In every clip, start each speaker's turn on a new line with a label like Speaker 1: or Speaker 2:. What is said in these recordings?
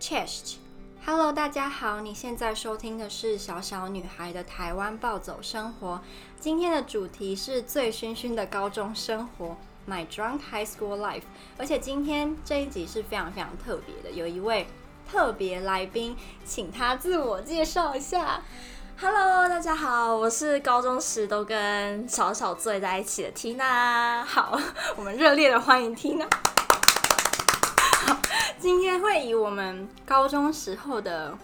Speaker 1: Chest。Hello，大家好，你现在收听的是小小女孩的台湾暴走生活。今天的主题是醉醺醺的高中生活，My Drunk High School Life。而且今天这一集是非常非常特别的，有一位特别来宾，请他自我介绍一下。
Speaker 2: Hello，大家好，我是高中时都跟小小醉在一起的 Tina。
Speaker 1: 好， 我们热烈的欢迎 Tina。今天会以我们高中时候的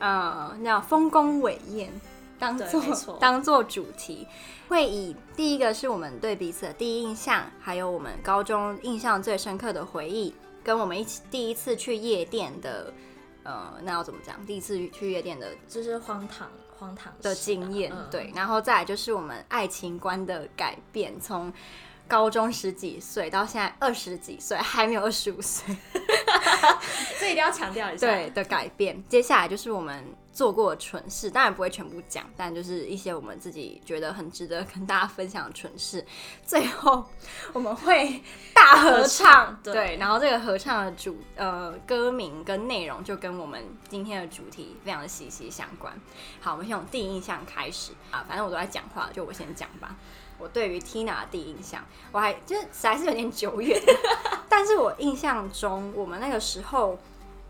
Speaker 1: 呃那叫丰功伟业当
Speaker 2: 对没
Speaker 1: 做
Speaker 2: 错
Speaker 1: 当做主题，会以第一个是我们对彼此的第一印象，还有我们高中印象最深刻的回忆，跟我们一起第一次去夜店的呃那要怎么讲？第一次去夜店的
Speaker 2: 就是荒唐荒唐
Speaker 1: 的
Speaker 2: 事啊
Speaker 1: 经验，
Speaker 2: 嗯
Speaker 1: 对，然后再来就是我们爱情观的改变，从高中十几岁到现在二十几岁，还没有二十五岁。
Speaker 2: 这一定要强调一下。
Speaker 1: 对，的改变。接下来就是我们做过的蠢事，当然不会全部讲，但就是一些我们自己觉得很值得跟大家分享的蠢事。最后我们会大合
Speaker 2: 合
Speaker 1: 唱，
Speaker 2: 唱对
Speaker 1: 然后这个合唱的主呃歌名跟内容就跟我们今天的主题非常的息息相关。好，我们先从第一印象开始啊，反正我都在讲话，就我先讲吧。我对于 Tina 的第一印象，我还就是实在是有点久远， 但是我印象中我们那个时候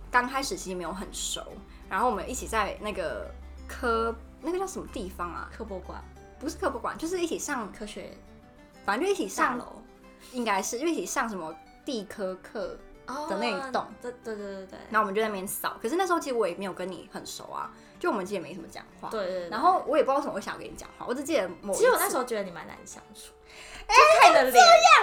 Speaker 1: 刚开始其实没有很熟，然后我们一起在那个科那个叫什么地方啊？
Speaker 2: 科博馆
Speaker 1: 不是科博馆，就是一起上，
Speaker 2: 科学
Speaker 1: 反正就一起
Speaker 2: 大
Speaker 1: 上，
Speaker 2: 楼
Speaker 1: 应该是就一起上什么地科课，的那一栋。
Speaker 2: 对对对对对。
Speaker 1: 然后我们就在那边扫。可是那时候其实我也没有跟你很熟啊，就我们其实也没什么讲话。
Speaker 2: 对对对。
Speaker 1: 然后我也不知道为什么我想跟你讲话，我只记得某一
Speaker 2: 其实我那
Speaker 1: 次
Speaker 2: 时候觉得你蛮难相处，哎，看你的脸，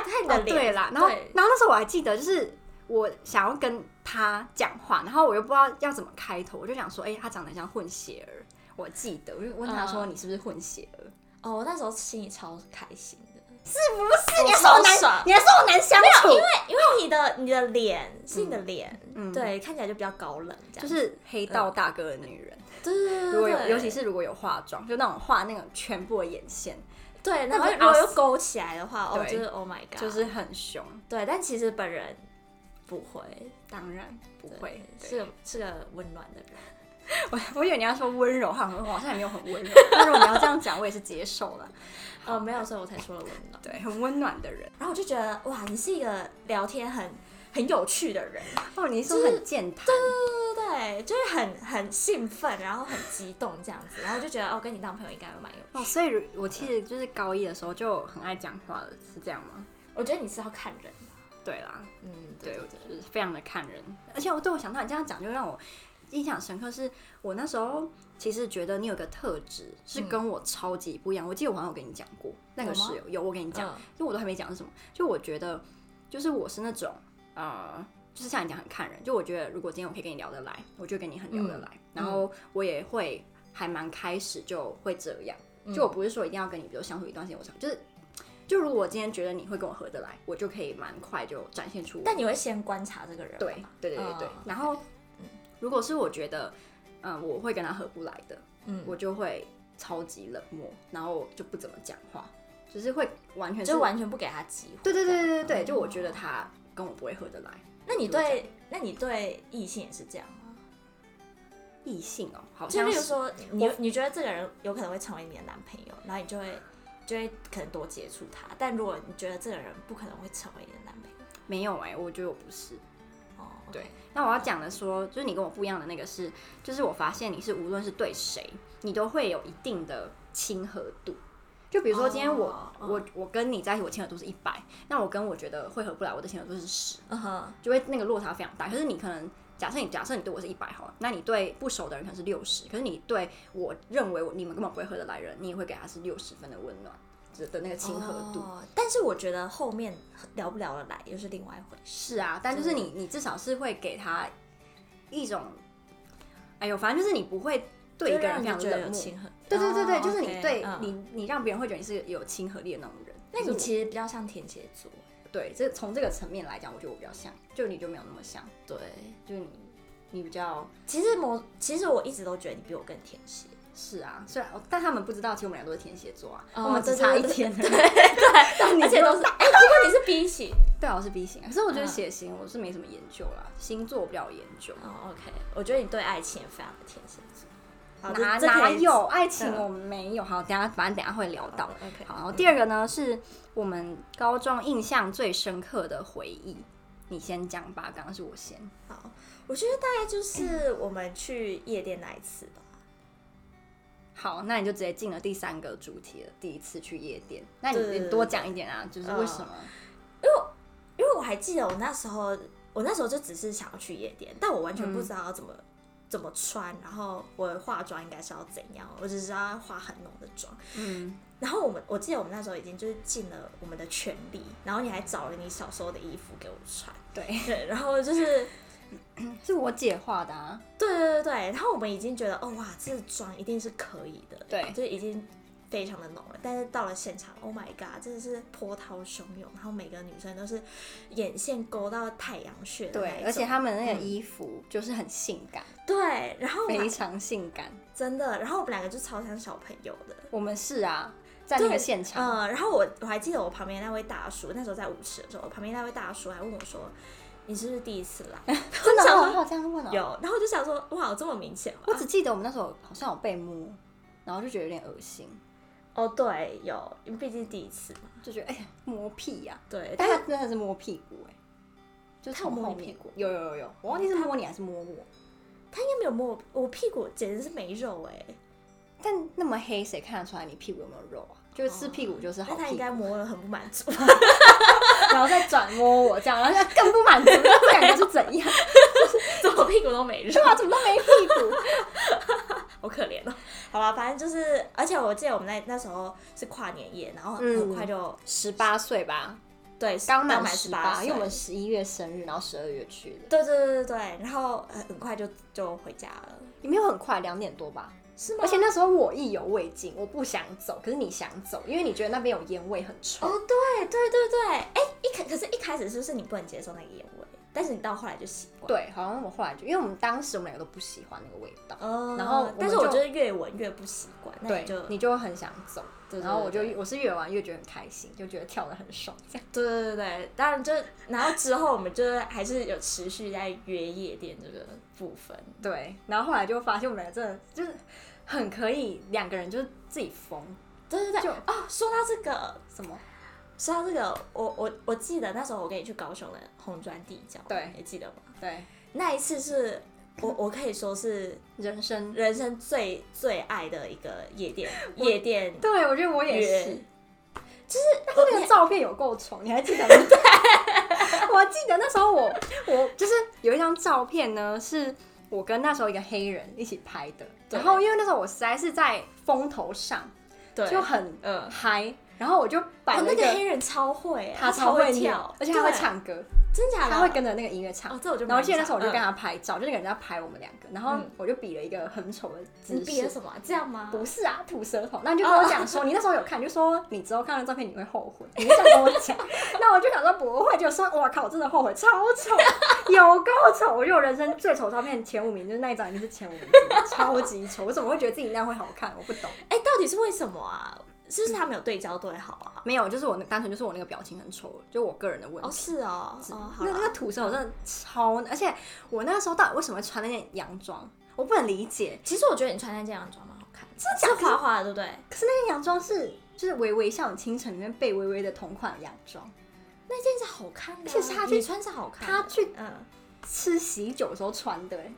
Speaker 2: 看你的
Speaker 1: 哦，
Speaker 2: 脸，
Speaker 1: 对啦，然后
Speaker 2: 对
Speaker 1: 然后那时候我还记得，就是我想要跟他讲话，然后我又不知道要怎么开头，我就想说，哎、他长得很像混血儿，我记得，我就问他 说，
Speaker 2: 嗯
Speaker 1: 你是不是混血儿？
Speaker 2: 哦，我那时候心里超开心的，
Speaker 1: 不是
Speaker 2: 我
Speaker 1: 你还说
Speaker 2: 超
Speaker 1: 我难
Speaker 2: 爽，
Speaker 1: 你还说我难相处，因为
Speaker 2: 因为你的你的脸是你的脸，
Speaker 1: 嗯
Speaker 2: 对，看起来就比较高冷，这
Speaker 1: 就
Speaker 2: 样子
Speaker 1: 是黑道大哥的女人，
Speaker 2: 对对对
Speaker 1: 如果
Speaker 2: 对
Speaker 1: 有，
Speaker 2: 对，
Speaker 1: 尤其是如果有化妆，就那种画那个全部的眼线，
Speaker 2: 对，
Speaker 1: 那
Speaker 2: 然后
Speaker 1: 个
Speaker 2: 如果
Speaker 1: us-
Speaker 2: 又勾起来的话，哦，
Speaker 1: 对
Speaker 2: 就是 Oh my God，
Speaker 1: 就是很凶。
Speaker 2: 对，但其实本人不会，
Speaker 1: 当然不
Speaker 2: 对
Speaker 1: 会，
Speaker 2: 是个是个温暖的人，
Speaker 1: 我 我以为你要说温柔，好像我好像也没有很温柔。 但如果你要这样讲，我也是接受了。呃
Speaker 2: 哦，没有，所以我才说了温暖。
Speaker 1: 对，很温暖的人。
Speaker 2: 然后我就觉得哇，你是一个聊天很很有趣的人，
Speaker 1: 哦，你是不是很健谈？
Speaker 2: 对对对，就是很很兴奋，然后很激动这样子，然后就觉得哦，跟你当朋友应该会蛮有趣。
Speaker 1: 哦，所以如我其实就是高一的时候就很爱讲话了，是这样吗？
Speaker 2: 我觉得你是要看人的，
Speaker 1: 对啦，
Speaker 2: 嗯，
Speaker 1: 对，
Speaker 2: 对
Speaker 1: 我
Speaker 2: 对
Speaker 1: 就是非常的看人，而且我对我想到你这样讲，就让我印象深刻是。我那时候其实觉得你有个特质是跟我超级不一样，我记得我好像有跟你讲过，那个
Speaker 2: 有
Speaker 1: 嗯
Speaker 2: 吗
Speaker 1: 是有有我跟你讲，
Speaker 2: 嗯
Speaker 1: 就我都还没讲是什么，就我觉得就是我是那种呃，就是像你讲很看人，就我觉得如果今天我可以跟你聊得来，我就跟你很聊得来，
Speaker 2: 嗯
Speaker 1: 然后我也会还蛮开始就会这样，
Speaker 2: 嗯
Speaker 1: 就我不是说一定要跟你比如相处一段时间我才就是。就如果我今天觉得你会跟我合得来，我就可以蛮快就展现出我
Speaker 2: 但你会先观察这个人，
Speaker 1: 对，对对对对。
Speaker 2: 嗯
Speaker 1: 然后，如果是我觉得，嗯、我会跟他合不来的，
Speaker 2: 嗯，
Speaker 1: 我就会超级冷漠，然后就不怎么讲话，就是会完全是
Speaker 2: 就完全不给他机会。
Speaker 1: 对对对对对对，
Speaker 2: 嗯
Speaker 1: 就我觉得他跟我不会合得来。
Speaker 2: 那你
Speaker 1: 就这样
Speaker 2: 对，那你对异性也是这样吗？
Speaker 1: 异性哦，好
Speaker 2: 就
Speaker 1: 像
Speaker 2: 例如
Speaker 1: 是
Speaker 2: 说，你你觉得这个人有可能会成为你的男朋友，然后你就会就会可能多接触他。但如果你觉得这个人不可能会成为你的男朋友，
Speaker 1: 没有哎、我觉得我不是。
Speaker 2: 哦，
Speaker 1: 对，那我要讲的说，就是你跟我不一样的那个是，就是我发现你是无论是对谁，你都会有一定的亲和度。就比如说今天我、
Speaker 2: 哦嗯
Speaker 1: 我我跟你在一起，我亲和度是一百，那我跟我觉得会合不来，我的亲和度是十，
Speaker 2: 嗯哼，
Speaker 1: 就会那个落差非常大。可是你可能假设你假设你对我是一百好了，那你对不熟的人可能是六十，可是你对我认为我你们根本不会合得来的人，你也会给他是六十分的温暖的的那个亲和度。
Speaker 2: 哦但是我觉得后面聊不聊得来又是另外一回事。
Speaker 1: 是啊，但就是你，你至少是会给他一种，哎呦，反正就是你不会对一
Speaker 2: 就
Speaker 1: 个人非
Speaker 2: 让你
Speaker 1: 常
Speaker 2: 觉得
Speaker 1: 冷
Speaker 2: 有
Speaker 1: 漠。
Speaker 2: 亲和，
Speaker 1: 对对对对，
Speaker 2: 哦
Speaker 1: 就是你
Speaker 2: OK，
Speaker 1: 对、
Speaker 2: 嗯
Speaker 1: 你，你让别人会觉得你是有亲和力的那种人。
Speaker 2: 那
Speaker 1: 可是
Speaker 2: 你
Speaker 1: 我
Speaker 2: 其实比较像天蝎座，
Speaker 1: 对这从这个层面来讲，我觉得我比较像，就你就没有那么像，
Speaker 2: 对。
Speaker 1: 就是你你比较
Speaker 2: 其实某，其实我一直都觉得你比我更天蝎，
Speaker 1: 是啊，虽然哦但他们不知道，其实我们俩都是天蝎座啊，
Speaker 2: 哦
Speaker 1: 我们只
Speaker 2: 对
Speaker 1: 差
Speaker 2: 对
Speaker 1: 一
Speaker 2: 对
Speaker 1: 天而已。但你
Speaker 2: 而且都
Speaker 1: 如
Speaker 2: 是，
Speaker 1: 果
Speaker 2: 哎不过你是 B 型。
Speaker 1: 对啊，我是 B 型啊，可是我觉得
Speaker 2: 嗯
Speaker 1: 血型我是没什么研究啦，星座我比较有研究。
Speaker 2: 哦，OK，我觉得你对爱情也非常的天蝎座。好这
Speaker 1: 哪
Speaker 2: 这可
Speaker 1: 哪
Speaker 2: 以
Speaker 1: 有爱情？
Speaker 2: 嗯
Speaker 1: 我们没有。好，等一下反正等一下会聊到。
Speaker 2: ？OK，嗯
Speaker 1: 好，然后第二个呢是我们高中印象最深刻的回忆，你先讲吧，刚刚是我先。
Speaker 2: 好，我觉得大概就是我们去夜店那一次吧。
Speaker 1: 好，那你就直接进了第三个主题了，第一次去夜店。那你
Speaker 2: 对对对
Speaker 1: 你多讲一点啊，就是为什么？
Speaker 2: 因为我还记得我那时候，我那时候就只是想要去夜店，但我完全不知
Speaker 1: 嗯
Speaker 2: 道要怎么、怎么穿，然后我化妆应该是要怎样，我只知道要化很浓的妆。
Speaker 1: 嗯，
Speaker 2: 然后我们，我记得我们那时候已经就是尽了我们的全力，然后你还找了你小时候的衣服给我 穿，
Speaker 1: 对，
Speaker 2: 对，然后就是。
Speaker 1: 是我姐画的啊。
Speaker 2: 对对对对，然后我们已经觉得，哦哇，这妆一定是可以的，
Speaker 1: 对
Speaker 2: 就是已经非常的浓了。但是到了现场，Oh my god，真的是波涛汹涌，然后每个女生都是眼线勾到太阳穴的那一
Speaker 1: 对，
Speaker 2: 种
Speaker 1: 而且他们那个衣服就是很性感，
Speaker 2: 对，然后我
Speaker 1: 非
Speaker 2: 们
Speaker 1: 常性感。
Speaker 2: 真的，然后我们两个就超像小朋友的。
Speaker 1: 我们是啊，在那个
Speaker 2: 对
Speaker 1: 现场，
Speaker 2: 嗯，然后我我还记得我旁边那位大叔，那时候在舞池的时候，我旁边那位大叔还问我说：“你是不是第一次来
Speaker 1: 真的
Speaker 2: 我想
Speaker 1: 吗
Speaker 2: 说
Speaker 1: 还有这啊样问？”哦、
Speaker 2: 有，然后我就想说：“哇，有这么明显吗
Speaker 1: 我只记得我们那时候好像有被摸，然后就觉得有点恶心，？”
Speaker 2: 哦，对，有，因为毕竟第一次嘛。
Speaker 1: 就觉得哎呀摸屁呀、
Speaker 2: 对，
Speaker 1: 但
Speaker 2: 但
Speaker 1: 他
Speaker 2: 是
Speaker 1: 真的是摸屁股哎、就
Speaker 2: 他有
Speaker 1: 从
Speaker 2: 摸
Speaker 1: 后
Speaker 2: 你屁
Speaker 1: 面
Speaker 2: 股
Speaker 1: 有有有有，我忘记是摸你还是摸我，
Speaker 2: 他应该没有摸我，我屁股简直是没肉哎、
Speaker 1: 但那么黑谁看得出来你屁股有没有肉啊？就是是屁股就是好
Speaker 2: 那他
Speaker 1: 屁
Speaker 2: 应
Speaker 1: 股，
Speaker 2: 该摸了很不满足。
Speaker 1: 然后再转摸我这样，然后就更不满足，这感觉是怎样？
Speaker 2: 怎么屁股都没肉
Speaker 1: 对，啊，怎么都没屁 股？
Speaker 2: 好可怜哦。好吧，反正就是，而且我记得我们那那时候是跨年夜，然后
Speaker 1: 嗯
Speaker 2: 很快就、
Speaker 1: 十八岁吧，
Speaker 2: 对
Speaker 1: 刚满
Speaker 2: 满
Speaker 1: 十
Speaker 2: 八
Speaker 1: 八，
Speaker 2: 岁，
Speaker 1: 因为我们十一月生日，然后十二月去的，
Speaker 2: 对对对对对，然后呃很快就就回家了，
Speaker 1: 也没有很快，两点多吧。
Speaker 2: 是
Speaker 1: 而且那时候我意犹未尽，我不想走，可是你想走，因为你觉得那边有烟味很臭。
Speaker 2: 哦，对对对对，哎、一开可是一开始是不是你不能接受那个烟味？但是你到后来就习惯。
Speaker 1: 对，好像我后来就，因为我们当时我们两个都不喜欢那个味道，
Speaker 2: 哦
Speaker 1: 然后我们
Speaker 2: 但是我
Speaker 1: 就
Speaker 2: 觉得越闻越不习惯，那
Speaker 1: 对
Speaker 2: 你就，
Speaker 1: 你就会很想走。
Speaker 2: 对对
Speaker 1: 然后我就
Speaker 2: 对
Speaker 1: 我是越玩越觉得很开心，就觉得跳的很爽，这 样。
Speaker 2: 对对对对，当然就然后之后我们就是还是有持续在约夜店这个部分，
Speaker 1: 对，然后后来就发现我们俩真的就是很可以，两个人就是自己疯
Speaker 2: 对对对，
Speaker 1: 就
Speaker 2: 哦，说到这个，
Speaker 1: 什么。
Speaker 2: 说到这个，我我我记得那时候我跟你去高雄的红砖地胶，
Speaker 1: 对
Speaker 2: 你记得吗？
Speaker 1: 对，
Speaker 2: 那一次是我我可以说是
Speaker 1: 人生。
Speaker 2: 人生最最爱的一个夜店，
Speaker 1: 我
Speaker 2: 夜店
Speaker 1: 对，我觉得我也
Speaker 2: 约
Speaker 1: 是。
Speaker 2: 那
Speaker 1: 那个照片有够丑，你还记 得吗？ 我记得那时候我我就是有一张照片呢，是我跟那时候一个黑人一起拍的。
Speaker 2: 对
Speaker 1: 然后因为那时候我实在是在风头上，
Speaker 2: 对，
Speaker 1: 就很
Speaker 2: 嗯，
Speaker 1: 嗨，然后我就摆
Speaker 2: 哦，
Speaker 1: 了
Speaker 2: 那
Speaker 1: 呃一
Speaker 2: 个
Speaker 1: 个、
Speaker 2: 黑人超会欸，
Speaker 1: 他
Speaker 2: 超
Speaker 1: 超会
Speaker 2: 跳
Speaker 1: 跳，，而且他会
Speaker 2: 对，
Speaker 1: 唱歌，
Speaker 2: 真假的？
Speaker 1: 他会跟着那个音乐唱
Speaker 2: 哦，。这我就没
Speaker 1: 然后记得那
Speaker 2: 印
Speaker 1: 时候我就
Speaker 2: 象
Speaker 1: 跟
Speaker 2: 嗯
Speaker 1: 他拍照，就那个人在拍我们两个，然后
Speaker 2: 嗯
Speaker 1: 我就比了一个很丑的姿
Speaker 2: 你比了
Speaker 1: 势。
Speaker 2: 什么啊？这样吗？
Speaker 1: 不是啊，吐舌头。那你就跟
Speaker 2: 哦
Speaker 1: 我讲说，你那时候有看，你就说哦你之后看到照片你会后悔，你就这样跟我讲。 那我就想说不会，就说哇靠，我真的后悔，超丑， 有够丑。我觉得我人生最丑照片前五名就是那一张，一定是前五名之一，超级丑。我怎么会觉得自己那样会好看？我不懂。
Speaker 2: 哎、到底是为什么啊？是不是他没有对焦对好啊？
Speaker 1: 没有，就是我那单纯就是我那个表情很丑，就我个人的问
Speaker 2: 哦，
Speaker 1: 题。
Speaker 2: 是哦，哦，好
Speaker 1: 那那个
Speaker 2: 啦，
Speaker 1: 土生我真的超，而且我那时候到底为什么会穿那件洋装，我不能理解。
Speaker 2: 其实我觉得你穿那件洋装蛮好看的，
Speaker 1: 假
Speaker 2: 是花花的，对不对？
Speaker 1: 可是那件洋装是就是《微微笑很倾城》里面贝微微的同款洋装。
Speaker 2: 那件是好看的啊、
Speaker 1: 而且是他去
Speaker 2: 你穿是好看的，
Speaker 1: 他去
Speaker 2: 嗯，
Speaker 1: 吃喜酒的时候穿的、欸，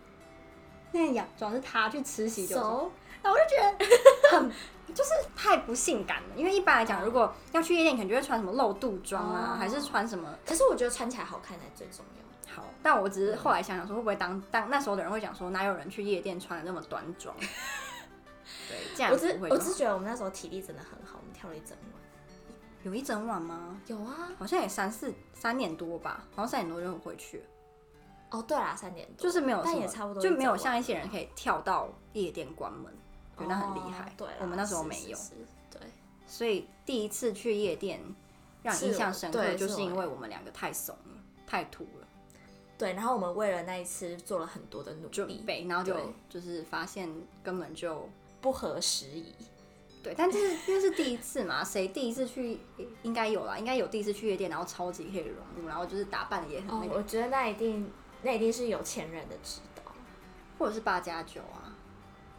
Speaker 1: 那件洋装是他去吃喜酒的时候，
Speaker 2: 熟，
Speaker 1: 然后我就觉得很就是太不性感了。因为一般来讲，如果要去夜店，可能就会穿什么露肚装啊，
Speaker 2: 哦
Speaker 1: 还是穿什么
Speaker 2: 可是我觉得穿起来好看才最重要。
Speaker 1: 好。但我只是后来想想说，会不会当当那时候的人会讲说，哪有人去夜店穿的那么端 庄？对，这样
Speaker 2: 我只
Speaker 1: 不会就
Speaker 2: 我
Speaker 1: 好
Speaker 2: 只是觉得我们那时候体力真的很好，我们跳了一整晚。
Speaker 1: 有一整晚吗？
Speaker 2: 有啊，
Speaker 1: 好像也三四三点多吧，好像三点多就回去了，
Speaker 2: 哦对啦，三点多
Speaker 1: 就是没有
Speaker 2: 但
Speaker 1: 什么
Speaker 2: 也差不多
Speaker 1: 就
Speaker 2: 一整
Speaker 1: 没有
Speaker 2: 晚
Speaker 1: 像一些人可以跳到夜店关门，觉得很厉害
Speaker 2: 哦。对啦，
Speaker 1: 我们那时候
Speaker 2: 是
Speaker 1: 没有。
Speaker 2: 是是对，
Speaker 1: 所以第一次去夜店让你印象深
Speaker 2: 是
Speaker 1: 刻，
Speaker 2: 我对
Speaker 1: 就是
Speaker 2: 是我
Speaker 1: 因为我们两个太怂了，太土了，
Speaker 2: 对，然后我们为了那一次做了很多的努
Speaker 1: 准
Speaker 2: 力，
Speaker 1: 备，然后就
Speaker 2: 对
Speaker 1: 就是发现根本就
Speaker 2: 不合时宜。
Speaker 1: 对，但这是因为是第一次嘛，谁第一次去应该有啦，应该有第一次去夜店，然后超级可以融入，然后就是打扮的也很
Speaker 2: 哦
Speaker 1: 嗯那，个，
Speaker 2: 我觉得那一定那一定是有钱人的指导。
Speaker 1: 或者是八加九啊，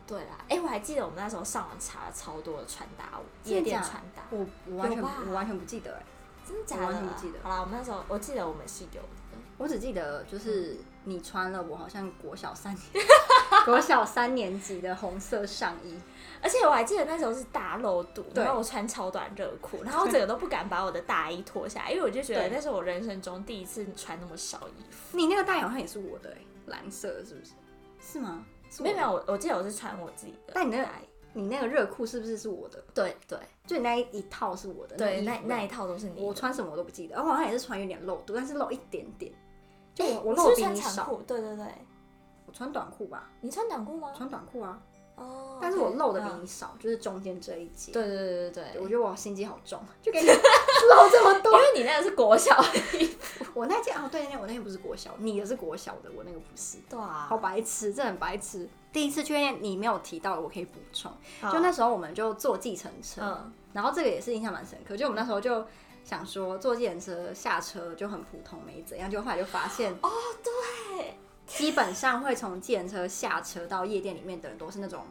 Speaker 2: 对啦，哎、我还记得我们那时候上网查了超多的穿搭，夜
Speaker 1: 真的
Speaker 2: 店
Speaker 1: 假
Speaker 2: 穿搭，
Speaker 1: 我我完全
Speaker 2: 有吧
Speaker 1: 我完全不记得哎、
Speaker 2: 真的假
Speaker 1: 我
Speaker 2: 的
Speaker 1: 完全
Speaker 2: 啦
Speaker 1: 不记得
Speaker 2: 好啦，我们那时候我记得我们是有的，
Speaker 1: 我只记得就是
Speaker 2: 嗯
Speaker 1: 你穿了我好像国小三年 国小三年级的红色上衣，
Speaker 2: 而且我还记得那时候是大露肚，
Speaker 1: 对
Speaker 2: 然后我穿超短热裤，然后我整个都不敢把我的大衣脱下来，因为我就觉得
Speaker 1: 对
Speaker 2: 那是我人生中第一次穿那么少衣服。
Speaker 1: 你那个大衣好像也是我的哎、蓝色的是不是？是吗？是我
Speaker 2: 没
Speaker 1: 的
Speaker 2: 有没有，，我我记得我是穿我自己的大衣，
Speaker 1: 但你那个你那个热裤是不是是我的？
Speaker 2: 对对
Speaker 1: 就你那一套是我的，
Speaker 2: 对，
Speaker 1: 个
Speaker 2: 那
Speaker 1: 衣服
Speaker 2: 那一套都是你的。
Speaker 1: 我穿什么我都不记得，我好像也是穿有点露肚，但是露一点点，就我、
Speaker 2: 诶
Speaker 1: 我
Speaker 2: 你是
Speaker 1: 露比
Speaker 2: 不是穿
Speaker 1: 你
Speaker 2: 长
Speaker 1: 少，
Speaker 2: 裤，对对对，
Speaker 1: 我穿短裤吧，
Speaker 2: 你穿短裤吗
Speaker 1: 我？穿短裤啊，
Speaker 2: 哦，
Speaker 1: 但是我露的比
Speaker 2: 嗯
Speaker 1: 你少，就是中间这一节。
Speaker 2: 对对对对
Speaker 1: 对，我
Speaker 2: 对，
Speaker 1: 觉得我心机好重，就 给你露这么
Speaker 2: 因
Speaker 1: 多。
Speaker 2: 为你那个是国小，
Speaker 1: 我那件哦，对，那我那件不是国小，你的是国小的，我那个不是。
Speaker 2: 对啊
Speaker 1: 好白痴，这很白痴。第一次去夜店，你没有提到，我可以补充。
Speaker 2: 好
Speaker 1: 就那时候我们就坐计程车，
Speaker 2: 嗯
Speaker 1: 然后这个也是印象蛮深刻。就我们那时候就想说坐计程车下车就很普通，没怎样。就后来就发现哦，
Speaker 2: 对，
Speaker 1: 基本上会从计程车下车到夜店里面的人都是那种，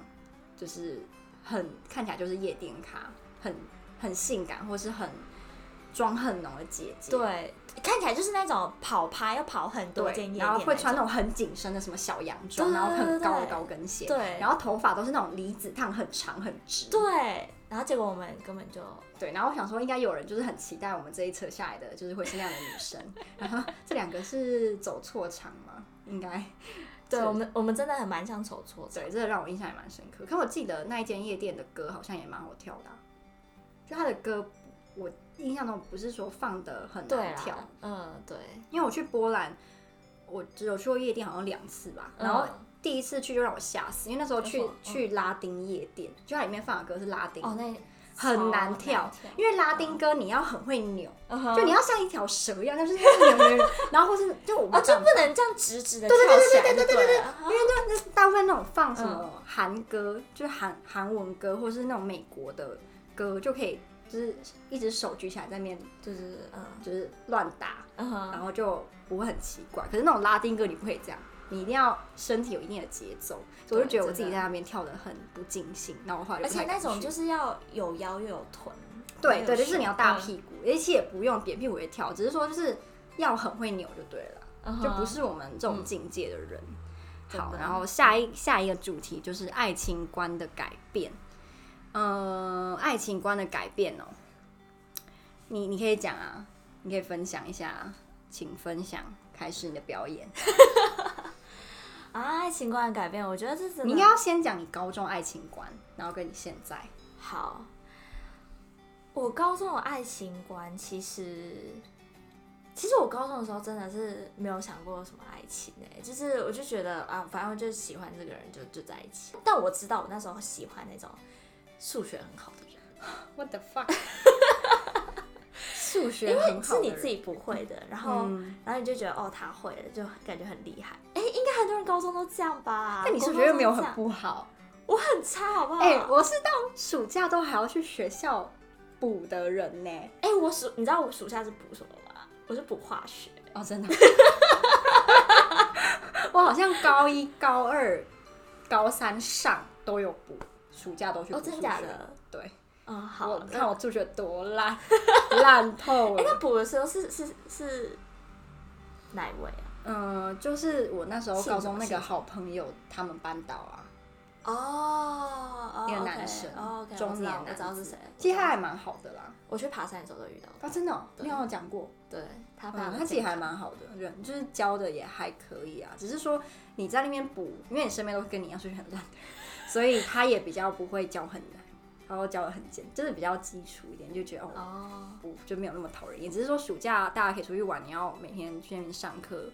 Speaker 1: 就是很看起来就是夜店咖，很很性感或是很妆很浓的姐姐。
Speaker 2: 对，看起来就是那种跑趴要跑很多间夜
Speaker 1: 对，
Speaker 2: 店，
Speaker 1: 然后会穿那种很紧身的什么小洋装，
Speaker 2: 对
Speaker 1: 然后很高的
Speaker 2: 对
Speaker 1: 高跟鞋，
Speaker 2: 对
Speaker 1: 然后头发都是那种离子烫，很长很直，
Speaker 2: 对，然后结果我们根本就
Speaker 1: 对，然后我想说，应该有人就是很期待我们这一车下来的，就是会是那样的女 生。然后这两个是走错场吗？应该
Speaker 2: 对
Speaker 1: 是
Speaker 2: 我们我们真的很蛮像手搓的，
Speaker 1: 对，这个让我印象也蛮深刻。可我记得那一间夜店的歌好像也蛮好跳的啊、就他的歌，我印象中不是说放的很
Speaker 2: 对
Speaker 1: 难跳
Speaker 2: 啦，，嗯对，
Speaker 1: 因为我去波兰，我只有去过夜店好像两次吧，然后
Speaker 2: 嗯
Speaker 1: 第一次去就让我吓死，因为那时候去
Speaker 2: 为什么嗯
Speaker 1: 去拉丁夜店，就它里面放的歌是拉丁，
Speaker 2: 哦那
Speaker 1: 很难跳，嗯因为拉丁歌你要很会扭，
Speaker 2: 为
Speaker 1: 就你要像一条蛇一样，就是扭扭扭，然后或是就我
Speaker 2: 哦
Speaker 1: 们
Speaker 2: 就
Speaker 1: 讲，
Speaker 2: 不能这样直直的跳起来，
Speaker 1: 对对对对对对对
Speaker 2: 对啊了，
Speaker 1: 因为那那大部分那种放什么韩歌，就是韩韩文歌，或是那种美国的歌，就可以就是一只手举起来在面
Speaker 2: 对对对，嗯
Speaker 1: 就是乱打，
Speaker 2: 嗯
Speaker 1: 然
Speaker 2: 哼，
Speaker 1: 后就不会很奇怪。可是那种拉丁歌你不可以这样，你一定要身体有一定的节奏。所以我就觉得我自己在那边跳的很不尽兴，然后我后来就
Speaker 2: 而
Speaker 1: 不太
Speaker 2: 且那
Speaker 1: 敢
Speaker 2: 种
Speaker 1: 去
Speaker 2: 就是要有腰又有臀，
Speaker 1: 对
Speaker 2: 又
Speaker 1: 对，
Speaker 2: 有
Speaker 1: 就是你要大
Speaker 2: 手，
Speaker 1: 屁股，而且也不用扁屁股也跳，只是说就是要很会扭就对了啦，
Speaker 2: 嗯
Speaker 1: 就不是我们这种境界的人。好，然后下一下一个主题就是爱情观的改变。呃，爱情观的改变哦，你你可以讲啊，你可以分享一下啊，请分享开始你的表演。
Speaker 2: 哼啊爱情观的改变，我觉得这真
Speaker 1: 你应
Speaker 2: 的
Speaker 1: 该要先讲你高中爱情观，然后跟你现在。
Speaker 2: 好，我高中的爱情观其实，其实我高中的时候真的是没有想过什么爱情哎、就是我就觉得啊，反正我就喜欢这个人就就在一起。但我知道我那时候喜欢那种数学很好的人，
Speaker 1: What the fuck？数学
Speaker 2: 因
Speaker 1: 很
Speaker 2: 为
Speaker 1: 好
Speaker 2: 是
Speaker 1: 的
Speaker 2: 你
Speaker 1: 人
Speaker 2: 自己不会的，然后、
Speaker 1: 嗯，
Speaker 2: 然后你就觉得哦他会了，就感觉很厉害。哎、应该很多人高中都这样吧？
Speaker 1: 但你数
Speaker 2: 国
Speaker 1: 学
Speaker 2: 高
Speaker 1: 又没有
Speaker 2: 中
Speaker 1: 很
Speaker 2: 这样，
Speaker 1: 不好。
Speaker 2: 我很差好不好？
Speaker 1: 哎、我是到暑假都还要去学校补的人呢、
Speaker 2: 哎、我暑你知道我暑假是补什么吗？我是补化学。
Speaker 1: 哦，真的。 我好像高一、高二、高三上都有补，暑假都去补。
Speaker 2: 哦，真的假？的？
Speaker 1: 对，
Speaker 2: 嗯，好
Speaker 1: 我，
Speaker 2: 那
Speaker 1: 看我数学多 烂，烂透
Speaker 2: 哎、
Speaker 1: 了。
Speaker 2: 那补的时候是是是哪一位啊？
Speaker 1: 嗯、就是我那时候
Speaker 2: 姓
Speaker 1: 高
Speaker 2: 什么
Speaker 1: 中那
Speaker 2: 姓
Speaker 1: 个
Speaker 2: 什么
Speaker 1: 好朋友他们班导啊。
Speaker 2: 哦，
Speaker 1: 一个男生
Speaker 2: 哦，
Speaker 1: 中年男
Speaker 2: 我知道是
Speaker 1: 子
Speaker 2: 谁。
Speaker 1: 其实他还
Speaker 2: 他，
Speaker 1: 蛮好的啦，
Speaker 2: 我去爬山的时候都遇到
Speaker 1: 啊，
Speaker 2: 他，
Speaker 1: 真的哦、
Speaker 2: 对
Speaker 1: 你好像讲过，
Speaker 2: 对他非
Speaker 1: 嗯，
Speaker 2: 常的
Speaker 1: 他其实
Speaker 2: 健
Speaker 1: 还
Speaker 2: 康
Speaker 1: 蛮好的人，就是教的也还可以啊，只是说你在那边补，因为你身边都是跟你一样数学很烂的人， 所以他也比较不会教很难，然后教的很简，就是比较基础一点，就觉得哦，
Speaker 2: 哦，
Speaker 1: 不就没有那么讨人厌，只是说暑假大家可以出去玩，你要每天去那边上课，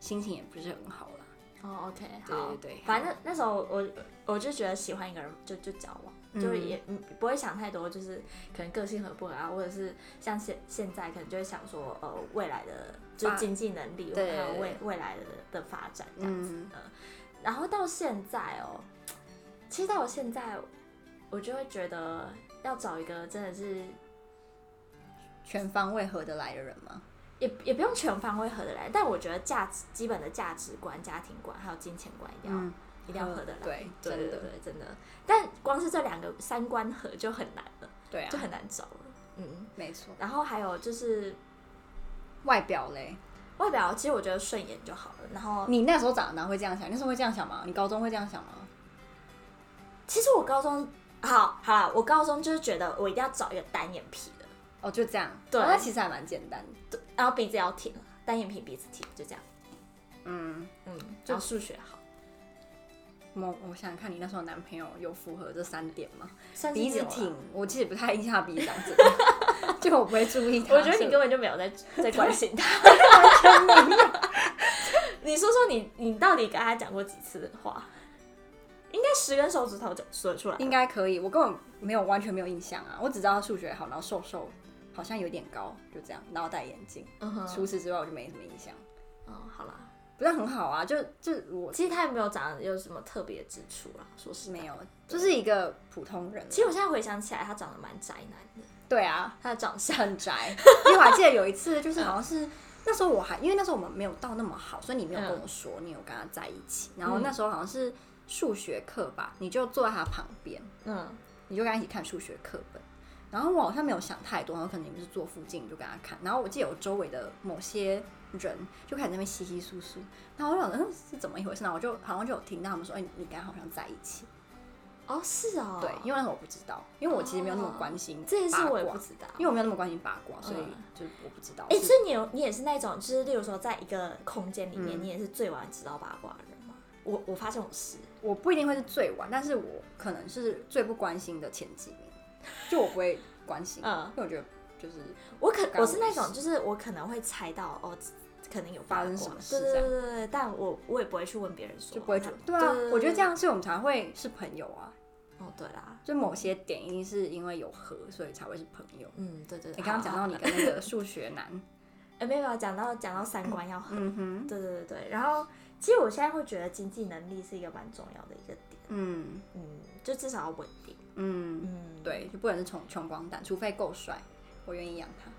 Speaker 1: 心情也不是很好啦。
Speaker 2: 哦，OK，
Speaker 1: 对
Speaker 2: 好，
Speaker 1: 对对
Speaker 2: 反正那时候我我就觉得喜欢一个人就就交往。就
Speaker 1: 嗯
Speaker 2: 也嗯不会想太多，就是可能个性合不合啊，或者是像现现在可能就会想说，呃，未来的就
Speaker 1: 发
Speaker 2: 经济能力，还
Speaker 1: 对
Speaker 2: 有未未来的的发展这样子。呃
Speaker 1: 嗯
Speaker 2: 然后到现在哦，其实到我现在，我就会觉得要找一个真的是
Speaker 1: 全方位合得来的人吗？
Speaker 2: 也也不用全方位合得来，但我觉得价值基本的价值观、家庭观还有金钱观一定要、
Speaker 1: 嗯，
Speaker 2: 一定要合得来。
Speaker 1: 对，
Speaker 2: 对
Speaker 1: 真
Speaker 2: 对
Speaker 1: 的，
Speaker 2: 对，真的。但光是这两个三观合就很难了，
Speaker 1: 对
Speaker 2: 就
Speaker 1: 啊，
Speaker 2: 很难找了。嗯，
Speaker 1: 没错。
Speaker 2: 然后还有就是
Speaker 1: 外表嘞，
Speaker 2: 外表，其实我觉得顺眼就好了。然后
Speaker 1: 你那时候长大会这样想？你那时候会这样想吗？你高中会这样想吗？
Speaker 2: 其实我高中好好啦，我高中就是觉得我一定要找一个单眼皮的，
Speaker 1: 哦，就这样。
Speaker 2: 对
Speaker 1: 哦那其实还蛮简单的。
Speaker 2: 对然后鼻子要挺，单眼皮鼻子挺，就这样。
Speaker 1: 嗯，
Speaker 2: 嗯，
Speaker 1: 就
Speaker 2: 然后数学好，
Speaker 1: 我我想看你那时候男朋友有符合这三点吗？
Speaker 2: 算是
Speaker 1: 鼻子
Speaker 2: 有啦啊
Speaker 1: 挺，我其实不太印象他鼻子长怎样， 就我不会注意他。
Speaker 2: 我觉得
Speaker 1: 所以
Speaker 2: 你根本就没有在在关心 他，你说说你你到底跟他讲过几次话？应该十根手指头就数得出来。
Speaker 1: 应该可以，我根本没有完全没有印象啊，我只知道他数学好，然后瘦瘦，好像有点高，就这样，然后戴眼镜。
Speaker 2: 嗯哼，
Speaker 1: 除此之外，我就没什么印象，
Speaker 2: 嗯，好啦，
Speaker 1: 不是很好啊，就就我
Speaker 2: 其实他也没有长得有什么特别之处啦，说实在
Speaker 1: 没。有，就是一个普通人。啊
Speaker 2: 其实我现在回想起来，他长得蛮宅男的，
Speaker 1: 对啊，
Speaker 2: 他的长相。
Speaker 1: 很宅，因为我还记得有一次，就是好像是那时候我还因为那时候我们没有到那么好，所以你没有跟我
Speaker 2: 嗯
Speaker 1: 说你有跟他在一起，然后那时候好像是数学课吧，你就坐在他旁边，
Speaker 2: 嗯，
Speaker 1: 你就跟他一起看数学课本。然后我好像没有想太多，然后可能你们是坐附近你就跟他看。然后我记得我周围的某些人就开始在那边稀稀疏疏，然后我就想，嗯，是怎么一回事呢？我就好像就有听到他们说，哎、你跟他好像在一起。
Speaker 2: 哦，是哦，
Speaker 1: 对，因为那时候我不知道，因为我其实没有那么关心、
Speaker 2: 这件事我也不知道。
Speaker 1: 因为我没有那么关心八卦，所以
Speaker 2: 嗯
Speaker 1: 就是我不知道。
Speaker 2: 哎、
Speaker 1: 是
Speaker 2: 所以你有你也是那种，就是例如说，在一个空间里面，
Speaker 1: 嗯
Speaker 2: 你也是最晚知道八卦的人吗？我我发现我是，
Speaker 1: 我不一定会是最晚，但是我可能是最不关心的前几名，就我不会关心，
Speaker 2: 嗯
Speaker 1: 因为我觉得就是
Speaker 2: 我可
Speaker 1: 干
Speaker 2: 我
Speaker 1: 我
Speaker 2: 是那
Speaker 1: 事
Speaker 2: 种，就是我可能会猜到哦，可能有
Speaker 1: 发
Speaker 2: 八
Speaker 1: 生
Speaker 2: 卦
Speaker 1: 什么事
Speaker 2: 对
Speaker 1: 这
Speaker 2: 对
Speaker 1: 样
Speaker 2: 对对对，但我我也不会去问别人说，
Speaker 1: 就不会觉
Speaker 2: 他
Speaker 1: 得对啊。我觉得这，样，所以我们才会是朋友啊。
Speaker 2: 哦对啦，
Speaker 1: 就某些点一定是因为有合，所以才会是朋友。
Speaker 2: 嗯对对对，
Speaker 1: 你刚刚讲
Speaker 2: 好
Speaker 1: 到你跟那个数学男，
Speaker 2: 哎，没有没有讲到讲到三观要合，
Speaker 1: 嗯哼，
Speaker 2: 对对对对。然后其实我现在会觉得经济能力是一个蛮重要的一个点，
Speaker 1: 嗯
Speaker 2: 嗯，就至少要稳定，
Speaker 1: 嗯，
Speaker 2: 嗯，
Speaker 1: 对，就不能是穷穷光蛋，除非够帅，我愿意养他。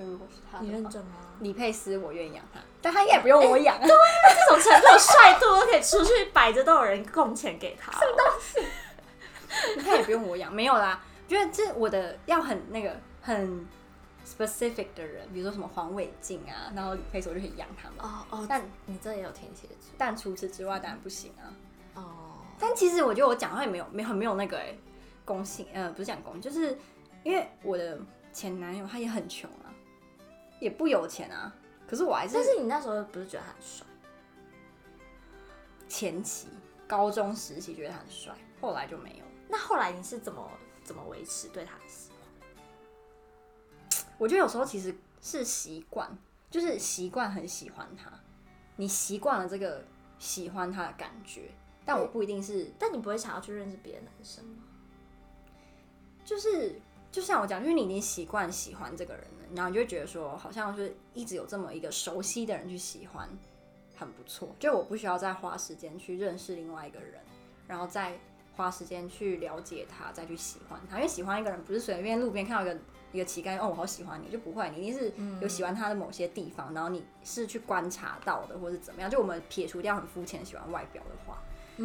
Speaker 1: 就如果是他
Speaker 2: 你
Speaker 1: 的
Speaker 2: 认
Speaker 1: 话，
Speaker 2: 真吗？
Speaker 1: 李佩斯我愿意养他，但他应该也不用我养啊。
Speaker 2: 这种程度的帅度都可以出去摆着，都有人供钱给他，哦什么东西？
Speaker 1: 他也不用我养，没有啦。觉得这我的要很那个很 specific 的人，比如说什么黄伟晋啊，然后李佩斯，我就很养他们。
Speaker 2: 哦哦，
Speaker 1: 但
Speaker 2: 你这也有天蝎座
Speaker 1: 但除此之外，当然不行啊。
Speaker 2: 哦，
Speaker 1: 但其实我觉得我讲话也没有没有很没有那个哎、公信，呃，不是讲公，就是因为我的前男友他也很穷啊，也不有钱啊，可是我还是
Speaker 2: 但是你那时候不是觉得他很帅？
Speaker 1: 前期高中时期觉得他很帅，后来就没有了。
Speaker 2: 那后来你是怎么怎么维持对他的喜欢？
Speaker 1: 我觉得有时候其实是习惯，就是习惯很喜欢他，你习惯了这个喜欢他的感觉，但我不一定是，
Speaker 2: 但你不会想要去认识别的男生吗？
Speaker 1: 就是就像我讲，就是你已经习惯喜欢这个人了，然后你就会觉得说，好像就是一直有这么一个熟悉的人去喜欢，很不错。就我不需要再花时间去认识另外一个人，然后再花时间去了解他，再去喜欢他，因为喜欢一个人不是随便路边看到一个。一个乞丐哦，我好喜欢你，就不会，你一定是有喜欢他的某些地方，然后你是去观察到的，或是怎么样。就我们撇除掉很肤浅喜欢外表的话，